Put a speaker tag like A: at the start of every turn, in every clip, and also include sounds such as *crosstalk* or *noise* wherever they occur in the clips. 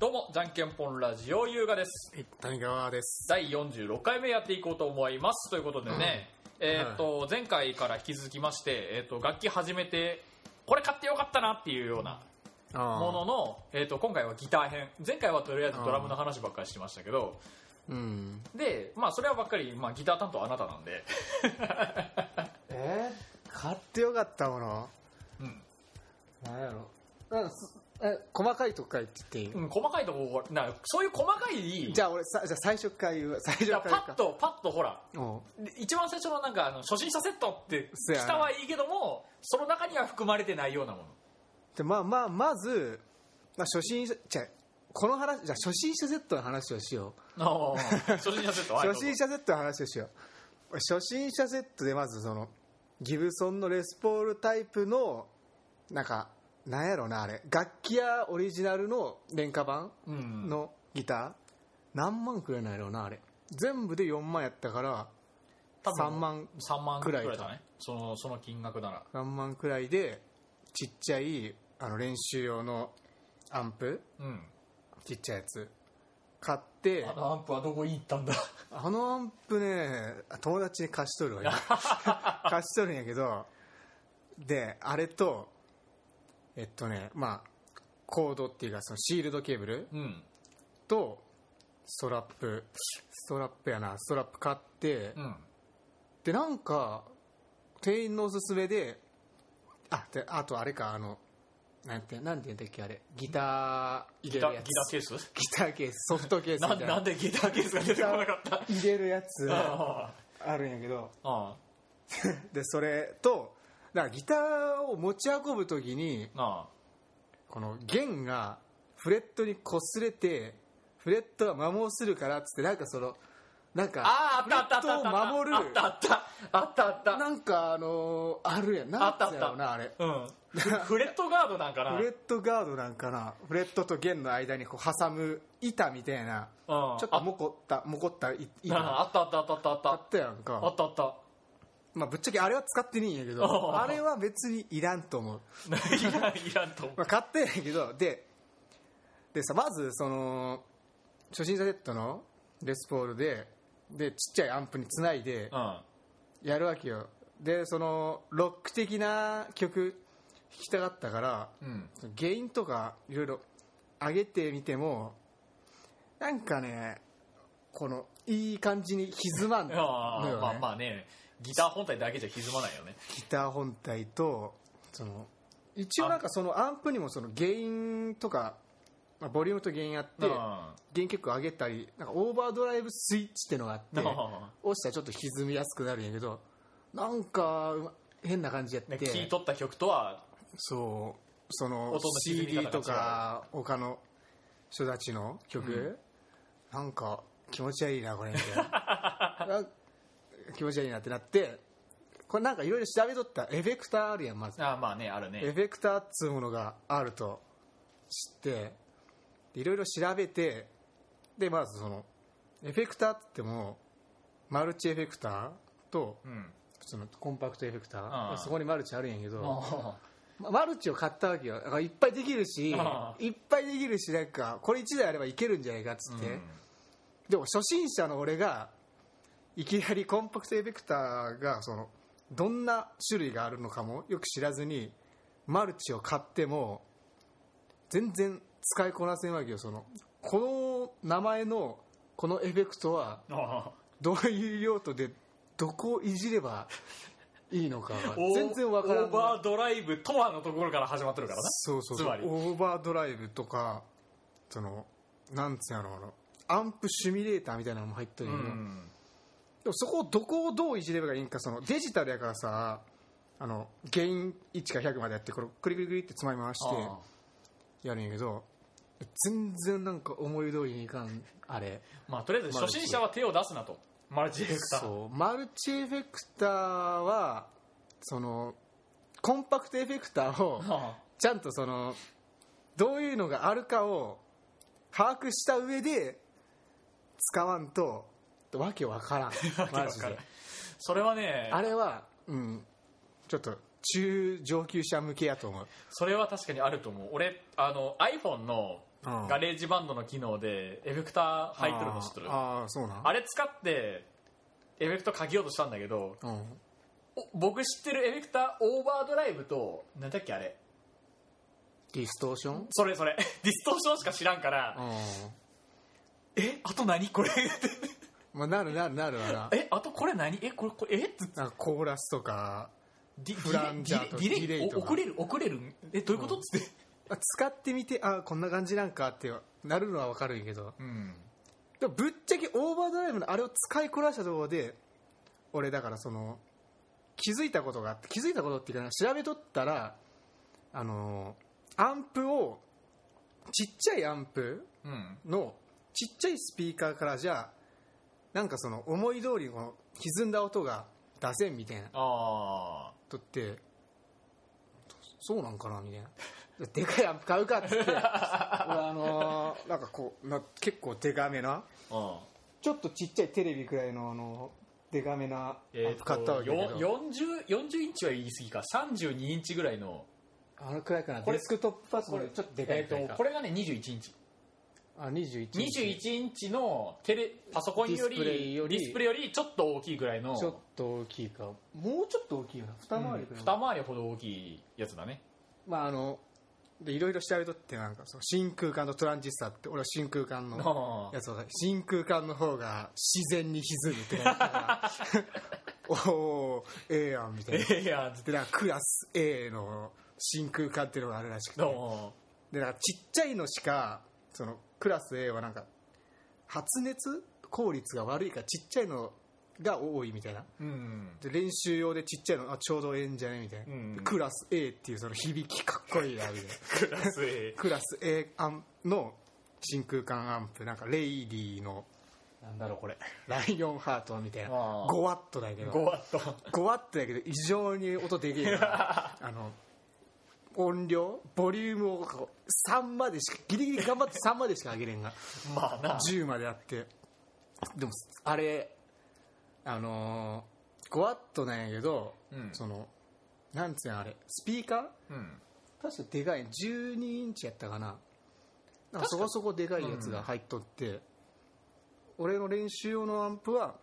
A: どうも、じゃんけんぽんラジオ、優雅です。
B: はい、谷川です。
A: 第46回目やっていこうと思います。ということでね、えーっと、前回から引き続きまして、えーっと、楽器始めて、これ買ってよかったなっていうような
B: あー
A: ものの、えーっと、今回はギター編。前回はとりあえずドラムの話ばっかりしてましたけど、
B: うん。
A: で、まあ、それはばっかり、まあ、ギター担当あなたなんで、
B: え買ってよかったもの
A: うん。
B: なんやろ。なんかすえ、細かいとこから言っていい、
A: うん、細かいとこ、なそういう細かい、
B: じゃあ俺さ、じゃあ最初から言う。最初
A: じゃ
B: か
A: あ
B: ら
A: パッと、パッとほら、
B: 言うか。
A: 一番最初のなんかあの初心者セットって
B: そや
A: し
B: な
A: たはいいけどもその中には含まれてないようなもの
B: うん。で、まあまあ、まず、まあ初心者、じゃあこの話、じゃあ初心者セットの話をしよ
A: ああ初心者セット
B: う。
A: はい
B: 初心者セットの話をしよう。初心者セットでまずその、ギブソンのレスポールタイプの、なんか、なんやろな、あれ。楽器屋オリジナルの廉価版
A: どうぞうん
B: のギター、何万くらいなんやろうなあれ全部で4万やったから
A: 多分
B: 3万
A: 3万くらい
B: くら
A: だ
B: いか
A: ねそのその金額なら
B: 3万くらいでちっちゃいあの練習用のアンプ
A: うん
B: ちっちゃいやつ買って
A: あのアンプはどこに行ったんだ
B: あのアンプね友達に貸しとるわ
A: *laughs*
B: 今貸しとるんやけどであれとえっとねまあコードっていうかそのシールドケーブル
A: うん
B: とストラップストラップやなストラップ買って、
A: うん
B: でなんか店員のおすすめであであとあれかあのなんてなんて言うんだっけあれギター
A: ギ
B: 入れ
A: タ
B: る
A: ー
B: や
A: ギ
B: つ
A: ターケース
B: ギターケースソフトケースみ
A: な
B: たい
A: ん
B: な
A: なんでギターケースが出てこなかった
B: 入れるやつ
A: あ
B: あるんやけど
A: ああ
B: でそれとだからギターを持ち運ぶ時に
A: あ
B: この弦がフレットに擦れてフレットが摩耗するからっつってなんかそのなんか
A: あああったあったあったあ
B: フレットを守る
A: ったあったあったあったあった
B: なんかあのーあるやん
A: あ
B: なん
A: ったあった
B: つうやろうなあれ
A: うんフフレットガードなんかな
B: フレットガードなんかなフレットと弦の間にこう挟む板みたいな
A: ょ
B: ちょっともこったもこったい板あ
A: あったあったあったあったあった
B: ったやん
A: あ
B: か
A: ったあ *laughs* った
B: まあぶっちゃけあれは使ってねえんやけ
A: あ
B: どあれは別にいらんと思う、
A: いらん、いらんと思う。
B: まあ、買ってないけどででさまずその初心者セットのレスポールででちっちゃいアンプにつないで
A: うん。
B: やるわけよでそのロック的な曲弾きたかったから
A: うん。
B: 原因とかいろいろ上げてみてもなんかねこのいい感じに歪まんの
A: あ
B: よ、
A: あ、
B: ね
A: まあまあね、ギター本体だけじゃ歪まないよね。
B: ギター本体とその一応なんかそのアンプにもその原因とか、まあ、ボリュームと原因あって
A: うん。
B: 原因結構上げたりなんかオーバードライブスイッチってのがあって
A: あ
B: 押したらちょっと歪みやすくなるんやけどなんかうま変な感じやっ
A: ね、
B: て
A: 聴いとった曲とは、
B: そうその
A: 音の沈み方が違
B: CD
A: う
B: とか他の人たちの曲、なんか気持ちがいいなこれみたい
A: *laughs*
B: ななん気持ちがいいなってなってこれなんかいろいろ調べとったエフェクターあるやんまず
A: ああまあね、ある
B: エ
A: ね。
B: フェクターっつうものがあると知ってでいろいろ調べてでまずそのエフェクターっつってもマルチエフェクターと
A: うん。
B: 普通のコンパクトエフェクタ
A: あ
B: ー
A: あ
B: そこにマルチあるんやけど
A: あ
B: まマルチを買ったわけよだからいっぱいできるしいっ
A: ああ
B: ぱいできるしなんかこれ1台あればいけるんじゃないかっつ
A: あ
B: って、でも初心者の俺がいきなりコンパクトエフェクターがそのどんな種類があるのかもよく知らずにマルチを買っても全然使いこなせんわけよそのこの名前のこのエフェクトは
A: うんあ
B: どういう用途でどこをいじればいいのか
A: あ
B: は *laughs* 全然わからん
A: オーバードライブとはのところから始まってるからな。
B: そうそうそう
A: つまり
B: オーバードライブとかそのなんつうやろあのアンプシミュレーターみたいなのも入ってる
A: う
B: よ、で
A: ん。
B: もそこをどこをどういじればいいんかそのデジタルやからさあのゲイン1から100までやってこれクリクリクリってつまみ回し
A: あ
B: てやるんやけど全然なんか思い通りにいかんあれ
A: あまあとりあえず初心者は手を出すなと。マルチエフェクター。
B: そうマルチエフェクターはそのコンパクトエフェクターを
A: あ
B: ちゃんとそのどういうのがあるかを把握した上で使わんとわけわからん
A: あ
B: マ
A: *laughs*
B: ジ
A: わか
B: で
A: るそれはね、
B: あれはうんちょっと中上級者向けやと思う
A: それは確かにあると思う俺あの iPhone の
B: うん
A: ガレージバンドの機能でエフェクター入ってるの知ってるあ
B: あーあーそうなん
A: れ使ってエフェクトかけようとしたんだけど
B: うん
A: お僕知ってるエフェクターオーバードライブとなんだっけあれ
B: ディストーション
A: それそれ *laughs* ディストーションしか知らんから、えあと何これ
B: うんまあなるなるなるわな
A: *laughs* えあとこれ何えこれこれえっつ
B: なんかコーラスとか
A: ディ
B: フランジャーと
A: ディレイ
B: ディ
A: ディ
B: レ
A: レ
B: イ
A: イ
B: と
A: お
B: か
A: 遅れる遅れるえどういうことっつって、
B: あ使ってみてあーこんな感じなんかってなるのは分かるんやけど
A: うん、
B: でもぶっちゃけオーバードライブのあれを使いこなしたところで俺だからその気づいたことがあって気づいたことっていうか調べとったらあのーアンプをちっちゃいアンプ
A: うん、
B: のちっちゃいスピーカーからじゃなんかその思い通りこの歪んだ音が出せんみたいな
A: あ
B: とってそそうなんかなみたいなでかいアンプ買うかっつって俺あのーなんかこうな結構でかめな
A: あうん
B: ちょっとちっちゃいテレビくらいのあのデカめなアンプ買ったわけだけど、
A: よ 40, 40インチは言い過ぎか32インチぐらいの
B: あのくらいかな
A: これ
B: デスクトップパソコンよりちょっとでかい
A: え
B: くらい
A: ー、
B: か、
A: とこれがね21インチ
B: あ21
A: 21インチのテレパソコンより
B: ディスプレイより
A: ディスプレイよりちょっと大きいぐらいの
B: ちょっと大きいかもうちょっと大きいよな
A: う
B: 二
A: ん
B: 回りくらい、
A: 二回りほど大きいやつだね
B: まああのでいろいろ調べとってなんかその真空管とトランジスタって俺は真空管
A: *laughs*
B: の
A: あ
B: やつを真空管の方が自然に歪むってなっ
A: *laughs*
B: たからおおええやんみたいな
A: あいやずっ
B: でなんかクラス A の真空管っていうのがあるらしくて
A: と
B: でなんかちっちゃいのしかそのクラス A はなんか発熱効率が悪いからちっちゃいのが多いみたいな
A: うん
B: で練習用でちっちゃいのあちょうどええんじゃねみたいな、
A: うん
B: でクラス A っていうその響きかっこいいな
A: *laughs*
B: みたいな
A: クラス A
B: クラス A アンの真空管アンプなんかレイディの
A: なんだろうこれ
B: ライオンハートみたいな
A: あー
B: 5ワットだけど
A: 5ワット
B: 5ワットだけど異常に音でけえ
A: *laughs*
B: なあの音量ボリュームをこう3までしかギリギリ頑張って3までしか上げれんが
A: まあな
B: 10まであってでもあれあのー、5ワットなんやけど、
A: うん
B: そのなんつうんやあれスピーカー
A: うん
B: 確かでかい12インチやったかななんかそこそこでかいやつが入っとって、俺の練習用のアンプは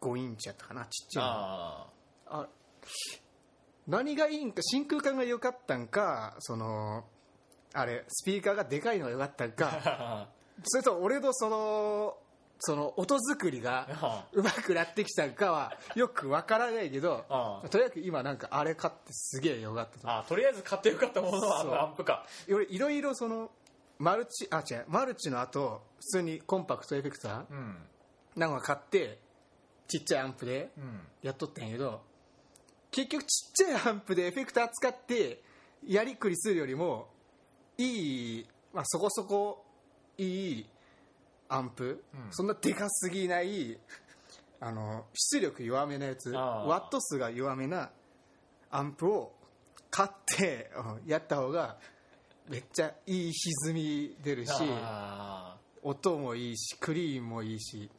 B: 5インチやったかなちっちゃいの
A: あ
B: あ何がいいんか真空管が良かったんかそのあれスピーカーがでかいのが良かったんか
A: あ
B: それと俺のそのその音作りが
A: あ
B: うまくなってきたんかはよくわからないけど
A: ああ
B: とりあえず今なんかあれ買ってすげえ良かった
A: *laughs*
B: と
A: あとりあえず買ってよかったものはあ
B: そう
A: のアンプか
B: 俺いろいろそのマルチあ違うマルチの後普通にコンパクトエフェクター
A: うん
B: なんか買ってちっちゃいアンプで
A: うん
B: やっとったんやけど結局ちっちゃいアンプでエフェクター使ってやりくりするよりもいい、まあ、そこそこいいアンプ、
A: うん
B: そんなでかすぎないあの出力弱めなやつ
A: あー
B: ワット数が弱めなアンプを買って *laughs* うんやった方がめっちゃいい歪み出るし
A: あ
B: 音もいいしクリーンもいいし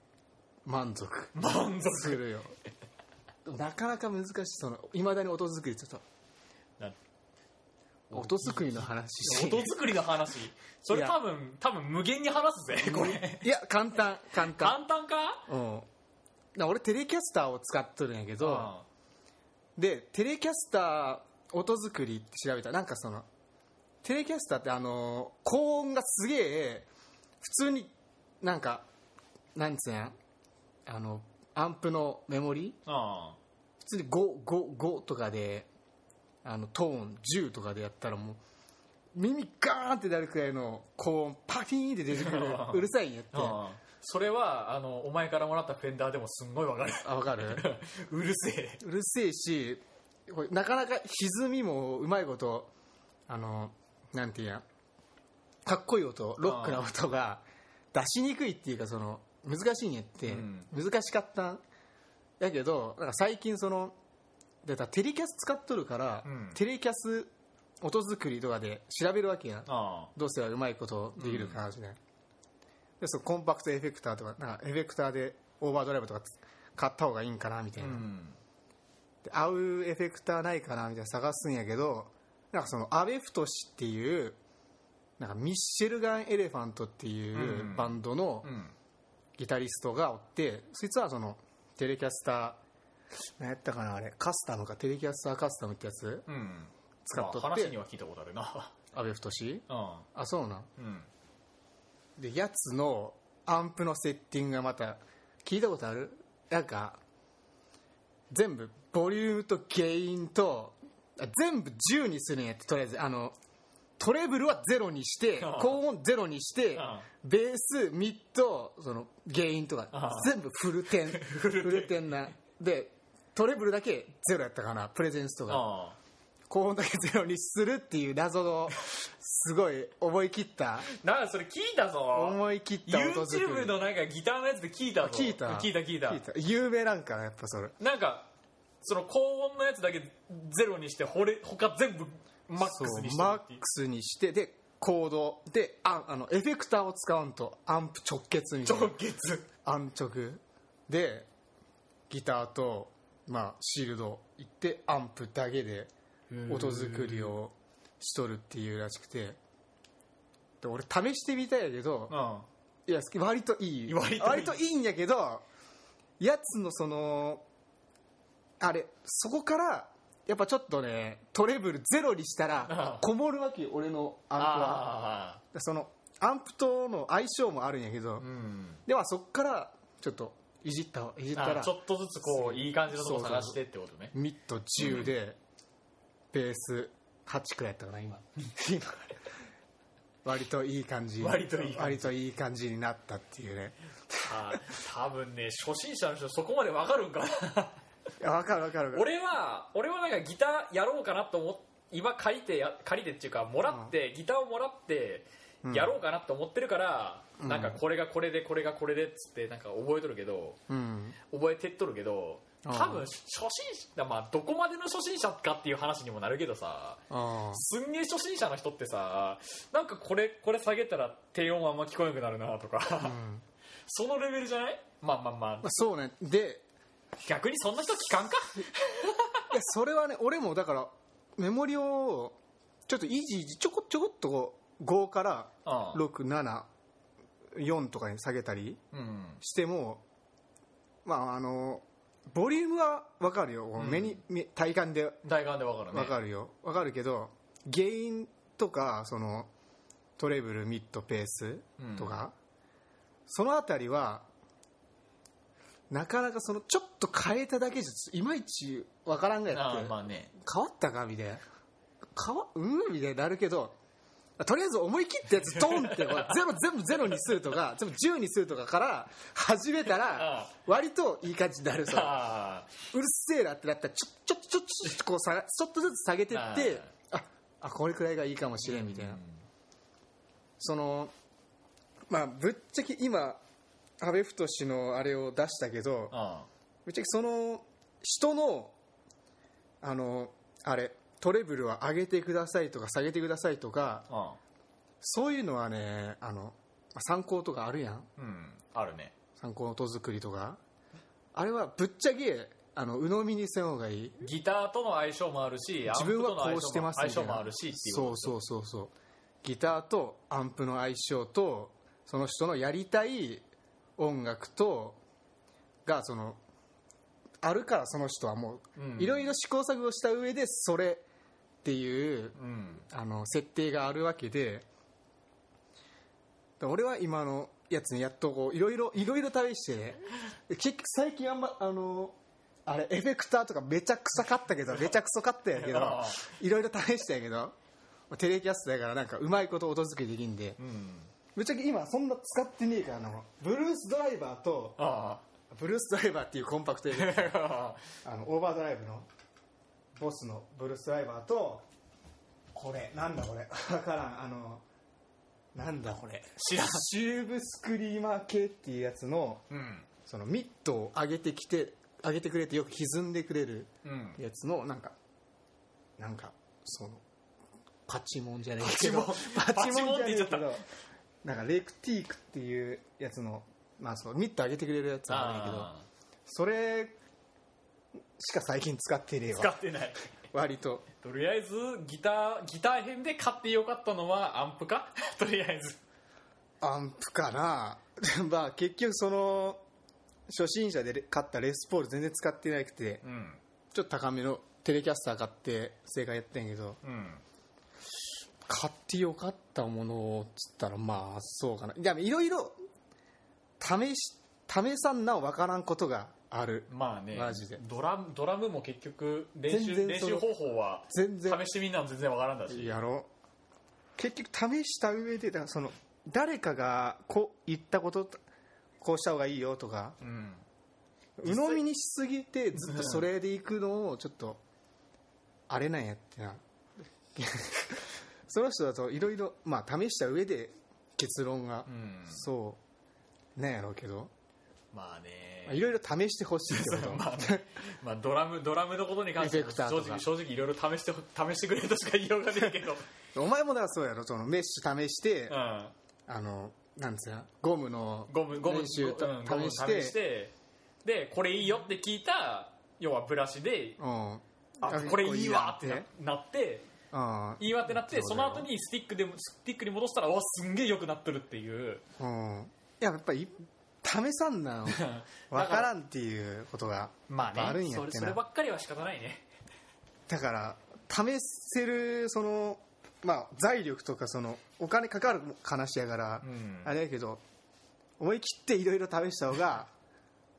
B: 満足。
A: あ満足
B: 作るよでもなかなか難しいそのいまだに音作りちょっと
A: な
B: 音作りの話して
A: 音作りの話それ多分多分無限に話すぜこ *laughs* れ
B: いや簡単簡
A: 簡
B: 単
A: 単か
B: うんな俺テレキャスターを使っとるんやけど、でテレキャスター音作りって調べたらなんかそのテレキャスターってあのー高音がすげえ普通になんかなんつうんやあのアンプのメモリ
A: うんあ
B: 普通に555とかであのトーン10とかでやったらもう耳ガーンってなるくらいの高音パキーンって出てくるうるさいんやって
A: *laughs* あああそれはあのお前からもらったフェンダーでもすんごいわかる *laughs*
B: あわかる
A: うるせえ
B: うるせえしこれなかなか歪みもうまいことあのなんていうんやかっこいい音ロックな音が出しにくいっていうかその難しいんやって、
A: うん
B: 難しかったんやけどなんか最近そのだからテレキャス使っとるから、
A: うん
B: テレキャス音作りとかで調べるわけやん
A: あ
B: どうすればうまいことできるかなみたいな、でそのコンパクトエフェクターとかなんかエフェクターでオーバードライブとか買った方がいいんかなみた
A: あ
B: いうな、
A: ん
B: で合うエフェクターないかなみたいな探すんやけどなんかそのアベフトシっていうなんかミッシェルガン・エレファントっていううんバンドの
A: うん
B: ギタリストがおってそいつはそのテレキャスター何やったかなあれカスタムかテレキャスターカスタムってやつ
A: うん
B: 使っとって
A: まあ話には聞いたことあるな
B: 阿部太志
A: う
B: あそうなん
A: んうん
B: でやつのアンプのセッティングがまた聞いたことあるなんか全部ボリュームとゲインとあ全部10にするんやってとりあえずあのトレブルはゼロにして
A: ああ
B: 高音ゼロにして
A: ああ
B: ベースミッドそのゲインとか
A: ああ
B: 全部フ
A: *laughs*
B: ルテンフルテンなでトレブルだけゼロやったかなプレゼンスとか
A: ああ
B: 高音だけゼロにするっていう謎のすごい思い切った
A: なんかそれ聞いたぞ
B: 思い切った音作り
A: YouTube のなんかギターのやつで聞いたぞ
B: 聞いた
A: 聞いた聞いた
B: 有名なんかなやっぱそれ
A: なんかその高音のやつだけゼロにしてほれ他全部マックスにしてる
B: マッ
A: っ
B: ク
A: ていう
B: スにしてでコードでああのエフェクターを使うんとアンプ直結みたいな
A: 直結
B: 安直でギターと、まあ、シールドいってアンプだけで音作りをしとるっていうらしくてで俺試してみたいやけど
A: うん
B: いや割といい
A: 割といい
B: んやけどやつのそのあれそこからやっぱちょっとねトレブルゼロにした
A: あ
B: ら
A: あ
B: こもるわけよ俺のアンプは
A: あ
B: そのアンプとの相性もあるんやけ
A: あ
B: ど、
A: うん
B: ではそこからちょっといじったいじった
A: あ
B: ら
A: ちょっとずつこ
B: そう
A: ういい感じのとこ探してってことね
B: ミッド10でベース8くらいやったか
A: *laughs*
B: な今今割といい感じ
A: 割といい感じ
B: 割といい感じになったっていうね
A: あー多分ね初心者の人そこまでわかるんかな
B: いやわかるわかるわかる
A: 俺は俺はなんかギターやろうかなと思っ今借りてや借りてっていうかもらって、ギターをもらって
B: ん
A: やろうかなと思ってるから、
B: ん
A: なんかこれがこれでこれがこれでっつってなんか覚えとるけど
B: うん
A: 覚えてっとるけど多
B: う
A: 分
B: ん
A: 初心者、まあ、どこまでの初心者かっていう話にもなるけどさ
B: あ
A: すんげえ初心者の人ってさなんかこれこれ下げたら低音あんま聞こえなくなるなとか、
B: あ、うん
A: そのレベルじゃないまあまあま
B: ま
A: あ
B: あ、そうねで
A: 逆にそんな人聞かんか
B: いやそれはね俺もだからメモリをちょっといじいじちょこちょこっとこう5から
A: うん
B: 674とかに下げたり
A: うん
B: してもまああのボリュームは分かるよ、
A: ん
B: 目に目体感で
A: 大眼でわかるね
B: 分かるよ分かるけど原因とかそのトレブルミッドペースとか、そのあたりはなかなかそのちょっと変えただけじゃいまいち分からんがやっ
A: あ
B: て、
A: ーまあ
B: *laughs*
A: ね
B: 変わったかみたいな変わうんみたいになるけどとりあえず思い切ったやつドンってこう *laughs* ゼロ全部ゼロにするとか全部10にするとかから始めたら
A: あ
B: 割といい感じになるそう
A: あ
B: うるせえなってなったらちょちょちょちょちょこう下がちょっとずつ下げてってああこれくらいがいいかもしれんみたいな、そのまあぶっちゃけ今阿部太のあれを出したけど
A: あ
B: ぶっちゃけその人のあのあれトレブルは上げてくださいとか下げてくださいとか
A: あ
B: そういうのはねあの参考とかあるやん
A: うんあるね
B: 参考の音作りとかあれはぶっちゃけあの鵜呑みにせん方がいい
A: ギターとの相性もあるし
B: 自分はこうしてます
A: アン
B: み
A: プとの相性も相
B: たい
A: 性
B: な
A: もあるしっていう
B: そ
A: こ
B: う
A: と
B: そうそうそうギターとアンプの相性とその人のやりたい音楽とがそのあるからその人はも
A: うん
B: ういろいろ試行錯誤した上でそれっていう
A: うん
B: あの設定があるわけで俺は今のやつにやっとこういろいろいろいろ試してね結局最近あんまあのあれエフェクターとかめちゃくさかったけどめちゃくそかったんやけど
A: ああ
B: いろいろ試したんやけどテレキャストやからなんかうまいこと音作りできんで
A: うん
B: ぶっちゃけ今そんな使ってねえからあのブルースドライバーと
A: あ
B: ブルースドライバーっていうコンパクトエフェクター
A: あ
B: あのオーバードライブのボスのブルース・ドライバーとこれなんだこれ分からんあのなんだこれ
A: 知らん
B: シューブスクリーマー系っていうやつの
A: *laughs* うん
B: そのミットを上げてきて上げてくれてよく歪んでくれる
A: うん
B: やつのなんかなんかそのパチモンじゃねえけど
A: パチモン
B: パチモ
A: パ
B: ンじ
A: チモンっ
B: ゃ
A: て
B: ね
A: 言っ
B: え
A: ちゃっ
B: け
A: た
B: どなんかレクティークっていうやつのまあそのミット上げてくれるやつなんだけど
A: あ
B: それしか最近使ってねえ
A: あ使
B: わ
A: ってない
B: 割と
A: とりあえずギターギター編で買ってよかったのはアンプか *laughs* とりあえず
B: アンプかな *laughs* まあ結局その初心者でレ買ったレスポール全然使ってなくて
A: うん
B: ちょっと高めのテレキャスター買って正解やってんけど
A: うん
B: 買ってよかったものをつったらまあそうかなでもいろいろ試し試さんな分からんことがある
A: まあね
B: マジで
A: ドラムドラムも結局練習
B: 全然
A: 練
B: そ
A: 習
B: の
A: 方法は
B: 全
A: 試
B: 然
A: してみんなの全然わからんだし
B: やろ結局試した上でだからその誰かがこう言ったことこうした方がいいよとか
A: うん
B: 鵜呑みにしすぎてずっとそれで行くのをちょっとあれなんやっ
A: *laughs*
B: てなその人だといろいろまあ試した上で結論が、
A: うん
B: そうなんやろうけど
A: まあ
B: まあい
A: ね
B: ろいろ試してほし
A: *laughs*
B: いけど
A: まあ
B: *laughs*
A: ねまあドラムドラムのことに関して
B: エフェ
A: は
B: クター
A: 正
B: とか
A: 直正直いろいろ試して試してくれとしか言いようがないけ
B: *laughs*
A: ど
B: お前もだからそうやろそのメッシュ試して、
A: うん
B: あのなんつうのゴムの
A: ゴムゴム
B: 練習と
A: うんゴム
B: 試して
A: でこれいいよって聞いた要はブラシで
B: うん
A: あこれいいわってななって
B: うん
A: いいわってなって
B: そ
A: そう
B: だ
A: の
B: よ
A: 後にスティックでもスティックに戻したらわすんげえ良くなってるって
B: *laughs*
A: いう
B: うんいややっぱり試さん *laughs* なの分からんっていうことが
A: ま
B: やっぱ
A: あ
B: あるん
A: ね
B: や
A: そ
B: っ
A: れ
B: て
A: それ
B: な
A: ばっかりは仕方ないね
B: だから試せるそのまあ財力とかそのお金かかる話やから、
A: うん
B: あれやけど思い切っていろいろ試した方が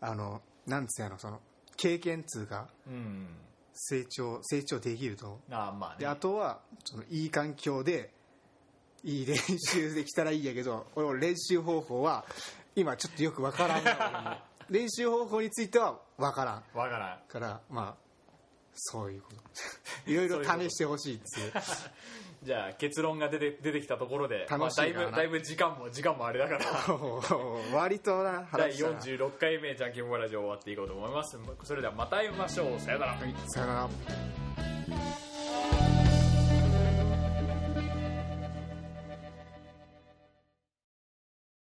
B: あのなんつうやろその経験通が
A: うん
B: 成長成長できると思う
A: あまあ
B: で
A: ね
B: あとはそのいい環境でいい練習できたらいいんやけど俺も練習方法は今ちょっとよくわからんな俺も練習方法についてはわからん
A: わからん
B: からまあそういうこと *laughs* いろいろ試してほしいっていう
A: じゃあ結論が出て出てきたところで、まあ、
B: 楽しいか
A: だい
B: な
A: ぶだいぶ時間も時間もあれだから
B: *laughs* 割とな
A: 第
B: 話したな
A: 46回目じゃんけんぽんラジオ終わっていこうと思いますそれではまた会いましょうさよなら
B: さよなら